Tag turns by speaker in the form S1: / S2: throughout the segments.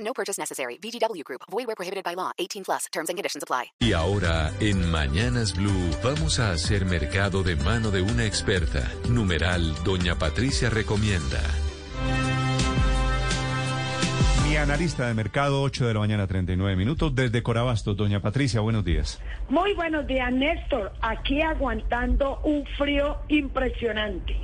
S1: No purchase necessary. VGW Group. Void where prohibited by law. 18 plus. Terms and conditions apply.
S2: Y ahora, en Mañanas Blue, vamos a hacer mercado de mano de una experta. Numeral, doña Patricia recomienda.
S3: Mi analista de mercado, 8 de la mañana, 39 minutos, desde Corabastos. Doña Patricia, buenos días.
S4: Muy buenos días, Néstor. Aquí aguantando un frío impresionante.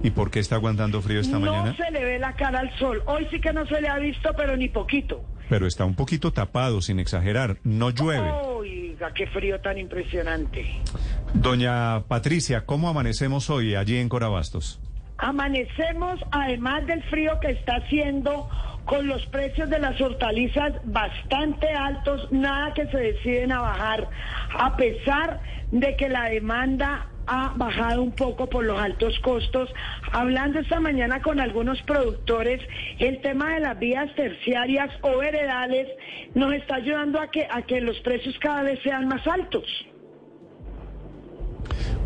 S3: ¿Y por qué está aguantando frío esta mañana?
S4: No se le ve la cara al sol. Hoy sí que no se le ha visto, pero ni poquito.
S3: Pero está un poquito tapado, sin exagerar. No llueve.
S4: Oiga, qué frío tan impresionante.
S3: Doña Patricia, ¿cómo amanecemos hoy allí en Corabastos?
S4: Amanecemos, además del frío que está haciendo, con los precios de las hortalizas bastante altos, nada que se deciden a bajar, a pesar de que la demanda ha bajado un poco por los altos costos. Hablando esta mañana con algunos productores, el tema de las vías terciarias o heredales nos está ayudando a que, a que los precios cada vez sean más altos.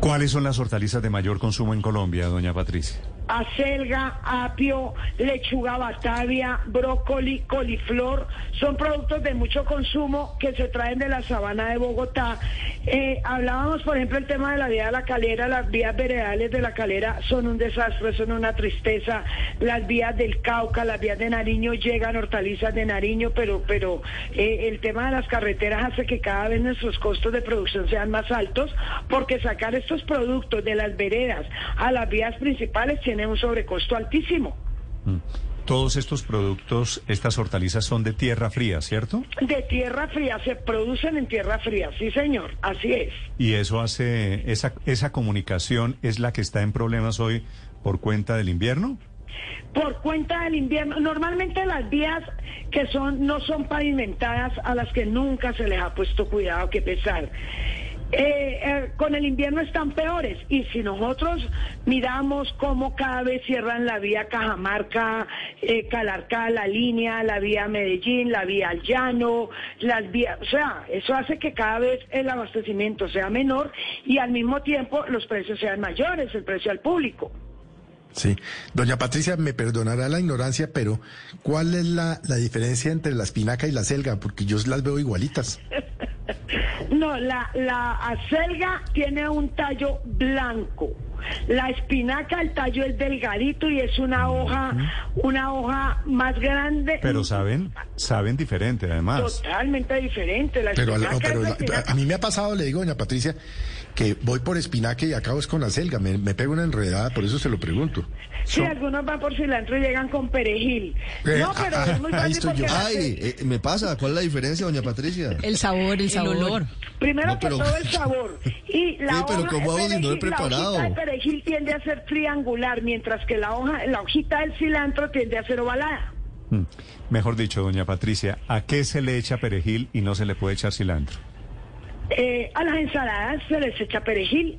S3: ¿Cuáles son las hortalizas de mayor consumo en Colombia, doña Patricia?
S4: acelga, apio, lechuga batavia, brócoli, coliflor, son productos de mucho consumo que se traen de la sabana de Bogotá. Eh, hablábamos, por ejemplo, el tema de la vía de la calera, las vías veredales de la calera son un desastre, son una tristeza, las vías del Cauca, las vías de Nariño llegan hortalizas de Nariño, pero, pero eh, el tema de las carreteras hace que cada vez nuestros costos de producción sean más altos, porque sacar estos productos de las veredas a las vías principales tiene un sobrecosto altísimo.
S3: Todos estos productos, estas hortalizas son de tierra fría, ¿cierto?
S4: De tierra fría, se producen en tierra fría, sí señor, así es.
S3: Y eso hace, esa, esa comunicación es la que está en problemas hoy por cuenta del invierno.
S4: Por cuenta del invierno, normalmente las vías que son no son pavimentadas a las que nunca se les ha puesto cuidado, que pesar. Eh, eh, con el invierno están peores. Y si nosotros miramos cómo cada vez cierran la vía Cajamarca, eh, Calarcá, la línea, la vía Medellín, la vía al llano, las vías, o sea, eso hace que cada vez el abastecimiento sea menor y al mismo tiempo los precios sean mayores, el precio al público.
S5: Sí. Doña Patricia, me perdonará la ignorancia, pero ¿cuál es la, la diferencia entre la espinaca y la selga? Porque yo las veo igualitas.
S4: No, la, la acelga tiene un tallo blanco. La espinaca, el tallo es delgadito y es una hoja, una hoja más grande.
S3: Pero saben, saben diferente además.
S4: Totalmente diferente. La
S5: Pero, a,
S4: espinaca
S5: no, pero
S4: es la
S5: la-
S4: espinaca.
S5: a mí me ha pasado, le digo, doña Patricia, que voy por espinaca y acabo es con la selga. Me, me pego una enredada, por eso se lo pregunto.
S4: Sí, algunos van por cilantro y llegan con perejil.
S5: Eh,
S4: no, pero
S5: ah,
S4: es muy
S5: ah, ahí
S4: fácil
S5: estoy yo.
S4: porque la-
S6: Ay, eh, me pasa. ¿Cuál es la diferencia, doña Patricia?
S7: El sabor, el, sabor. olor.
S4: Primero
S6: No, pero-
S4: que todo el sabor. Y la
S6: Sí, pero
S4: hoja
S6: ¿cómo
S4: de
S6: hago si no he
S4: perejil- La
S6: preparado?
S4: hojita de perejil tiende a ser triangular, mientras que la hoja, la hojita del cilantro tiende a ser ovalada.
S3: Mm. Mejor dicho, doña Patricia, ¿a qué se le echa perejil y no se le puede echar cilantro?
S4: Eh, a las ensaladas se les echa perejil.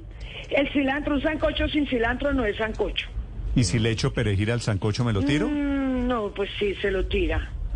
S4: El cilantro, un sancocho sin cilantro no es sancocho.
S3: ¿Y si le echo perejil al sancocho me lo tiro?
S4: Mm, no, pues sí, se lo tira.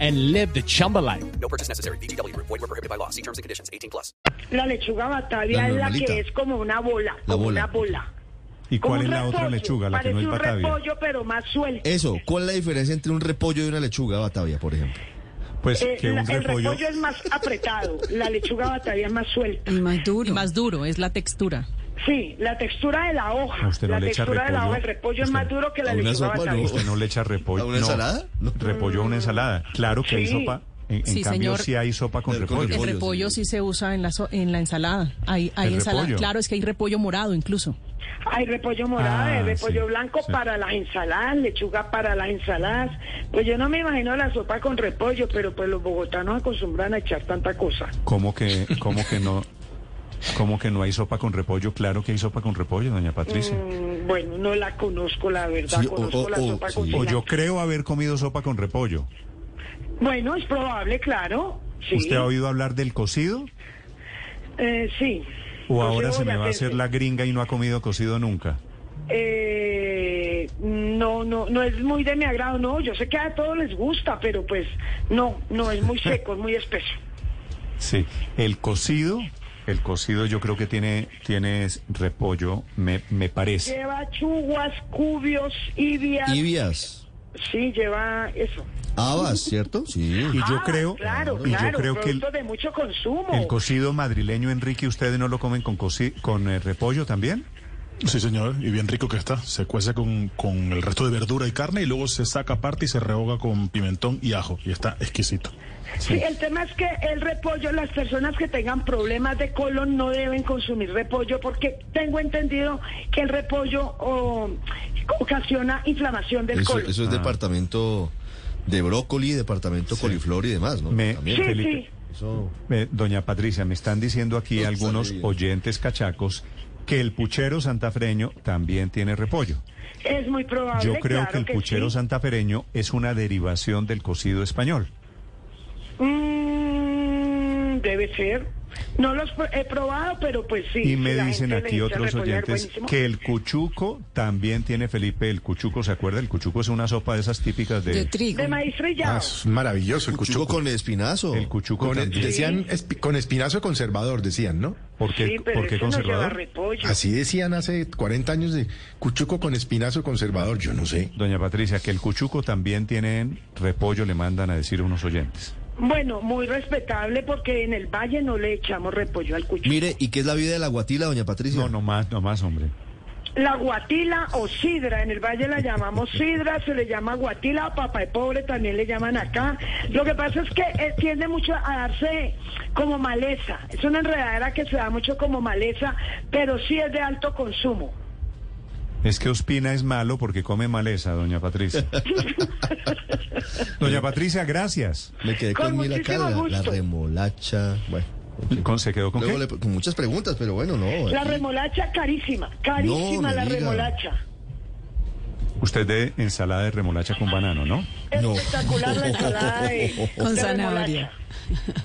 S8: and live the Chumba life.
S1: No purchase necessary. VGW Group. Void where prohibited by law. See terms and conditions. 18 plus.
S4: La lechuga batavia
S6: La
S4: es la
S6: normalita.
S4: que es como una bola,
S6: La
S4: como
S6: bola.
S4: una bola.
S3: ¿Y
S4: Mm, Como
S3: cuál es
S4: un
S3: la otra
S4: repollo,
S3: lechuga, la que no es
S4: Parece un
S3: batavia?
S4: repollo, pero más suelto.
S6: Eso, ¿cuál es la diferencia entre un repollo y una lechuga batavia, por ejemplo?
S3: Pues
S4: Eh,
S3: que
S4: la-
S3: un repollo...
S4: El repollo es más apretado, la lechuga batavia es más suelta.
S7: Y más duro. Y más duro, es la textura.
S4: Sí, la textura de la hoja.
S3: ¿A Ah, usted no
S4: la
S3: le echa
S4: textura de la
S3: repollo?
S4: hoja. El repollo es
S3: ¿Usted-
S4: más duro que la
S6: a una
S4: lechuga
S6: sopa no?
S4: batavia.
S3: ¿Usted no le echa repollo?
S6: ¿A una
S3: No.
S6: ensalada? No.
S3: Repollo a una ensalada. Claro que hay
S4: Mm. Sí.
S3: sopa. En, en
S7: Sí,
S3: cambio,
S7: señor.
S3: sí hay sopa con
S6: Pero con
S3: repollo.
S7: El
S6: Pollo,
S7: repollo
S6: sí.
S7: sí se usa en la, so- en la ensalada. Hay,
S3: ¿El
S7: hay ensalada.
S3: repollo?
S7: Claro, es que hay repollo morado incluso.
S4: Hay repollo morado,
S3: Ah,
S4: hay repollo
S3: sí,
S4: blanco
S3: sí.
S4: para las ensaladas, lechuga para las ensaladas. Pues yo no me imagino la sopa con repollo, pero pues los bogotanos acostumbran a echar tanta cosa.
S3: ¿Cómo que, cómo que no? ¿Cómo que no hay sopa con repollo? Claro que hay sopa con repollo, doña Patricia.
S4: Mm, bueno, no la conozco, la verdad.
S6: Sí, o-
S4: conozco
S6: o-
S4: la
S6: o-
S4: sopa
S6: sí.
S4: con
S6: O
S3: O
S4: cilantro.
S3: yo creo haber comido sopa con repollo.
S4: Bueno, es probable, claro. Sí.
S3: ¿Usted ha oído hablar del cocido?
S4: Eh, sí.
S3: ¿O
S4: Los
S3: ahora se me va a
S4: boyacenses.
S3: hacer la gringa y no ha comido cocido nunca?
S4: Eh, no, no, no es muy de mi agrado, no. Yo sé que a todos les gusta, pero pues no, no es muy seco, es muy espeso.
S3: Sí, el cocido, el cocido yo creo que tiene, tiene repollo, me, me parece.
S4: Lleva chuguas, cubios, ibias.
S6: Tibias,
S4: Sí, lleva eso.
S6: habas, ¿cierto? Sí.
S3: Y yo
S4: Ah,
S3: creo,
S4: claro,
S3: y yo
S4: claro,
S3: creo que el,
S4: producto de mucho consumo.
S3: el cocido madrileño, Enrique, ¿ustedes no lo comen con, coci- con eh, repollo también?
S9: Sí, señor, y bien rico que está. Se cuece con, con el resto de verdura y carne y luego se saca aparte y se rehoga con pimentón y ajo. Y está exquisito.
S4: Sí, el tema es que el repollo, las personas que tengan problemas de colon no deben consumir repollo porque tengo entendido que el repollo oh, ocasiona inflamación del
S6: Eso,
S4: colon.
S6: eso es departamento de brócoli, departamento coliflor y demás, ¿no?
S3: Me-
S6: También.
S4: Sí,
S3: Felipe.
S4: sí.
S6: Eso-
S3: Eh, doña Patricia, me están diciendo aquí
S6: Ups,
S3: algunos
S6: ahí.
S3: oyentes cachacos que el puchero santafreño también tiene repollo.
S4: Es muy probable.
S3: Yo creo
S4: Ah, claro
S3: que el puchero
S4: sí.
S3: santafereño es una derivación del cocido español.
S4: Mm, debe ser. No los pr- he probado, pero pues sí.
S3: Y me
S4: la
S3: dicen
S4: gente le
S3: aquí
S4: echa
S3: otros
S4: repollar,
S3: oyentes
S4: buenísimo.
S3: que el cuchuco también tiene Felipe el cuchuco, ¿se acuerda? El cuchuco es una sopa de esas típicas
S7: De
S3: de
S7: trigo.
S4: De maíz
S5: Ah,
S4: trillado.
S5: es maravilloso el
S6: Cuchuco
S5: cuchuco.
S6: con espinazo.
S3: el cuchuco
S5: Con- e-
S3: también.
S5: decían espi- con espinazo conservador, decían, ¿no?
S3: porque
S4: sí, pero ese no lleva
S3: conservador?
S4: repollo.
S5: Así decían hace 40 años de cuchuco con espinazo conservador, yo no sé.
S3: Doña Patricia, que el cuchuco también tiene repollo, le mandan a decir unos oyentes.
S4: Bueno, muy respetable porque en el valle no le echamos repollo al cuchillo.
S6: Mire, ¿y qué es la vida de la guatila, doña Patricia?
S3: No, no más, no más, hombre.
S4: La guatila o sidra, en el valle la llamamos sidra, se le llama guatila, papá de pobre también le llaman acá. Lo que pasa es que eh, tiende mucho a darse como maleza, es una enredadera que se da mucho como maleza, pero sí es de alto consumo.
S3: Es que Ospina es malo porque come maleza, doña Patricia. doña Patricia, gracias.
S6: Me quedé con,
S4: Con
S6: mil acá,
S4: muchísimo
S6: la, la
S4: gusto.
S6: remolacha. Bueno. ok.
S3: ¿Con- se quedó con
S6: Luego
S3: qué?
S6: le- con muchas preguntas, pero bueno, no.
S4: La
S6: aquí-
S4: remolacha carísima, carísima
S6: No me
S4: la
S6: diga.
S4: remolacha.
S3: Usted de ensalada de remolacha con banano, ¿no?
S6: No.
S4: Espectacular la ensalada de-
S7: Con
S4: de
S7: zanahoria.
S4: remolacha.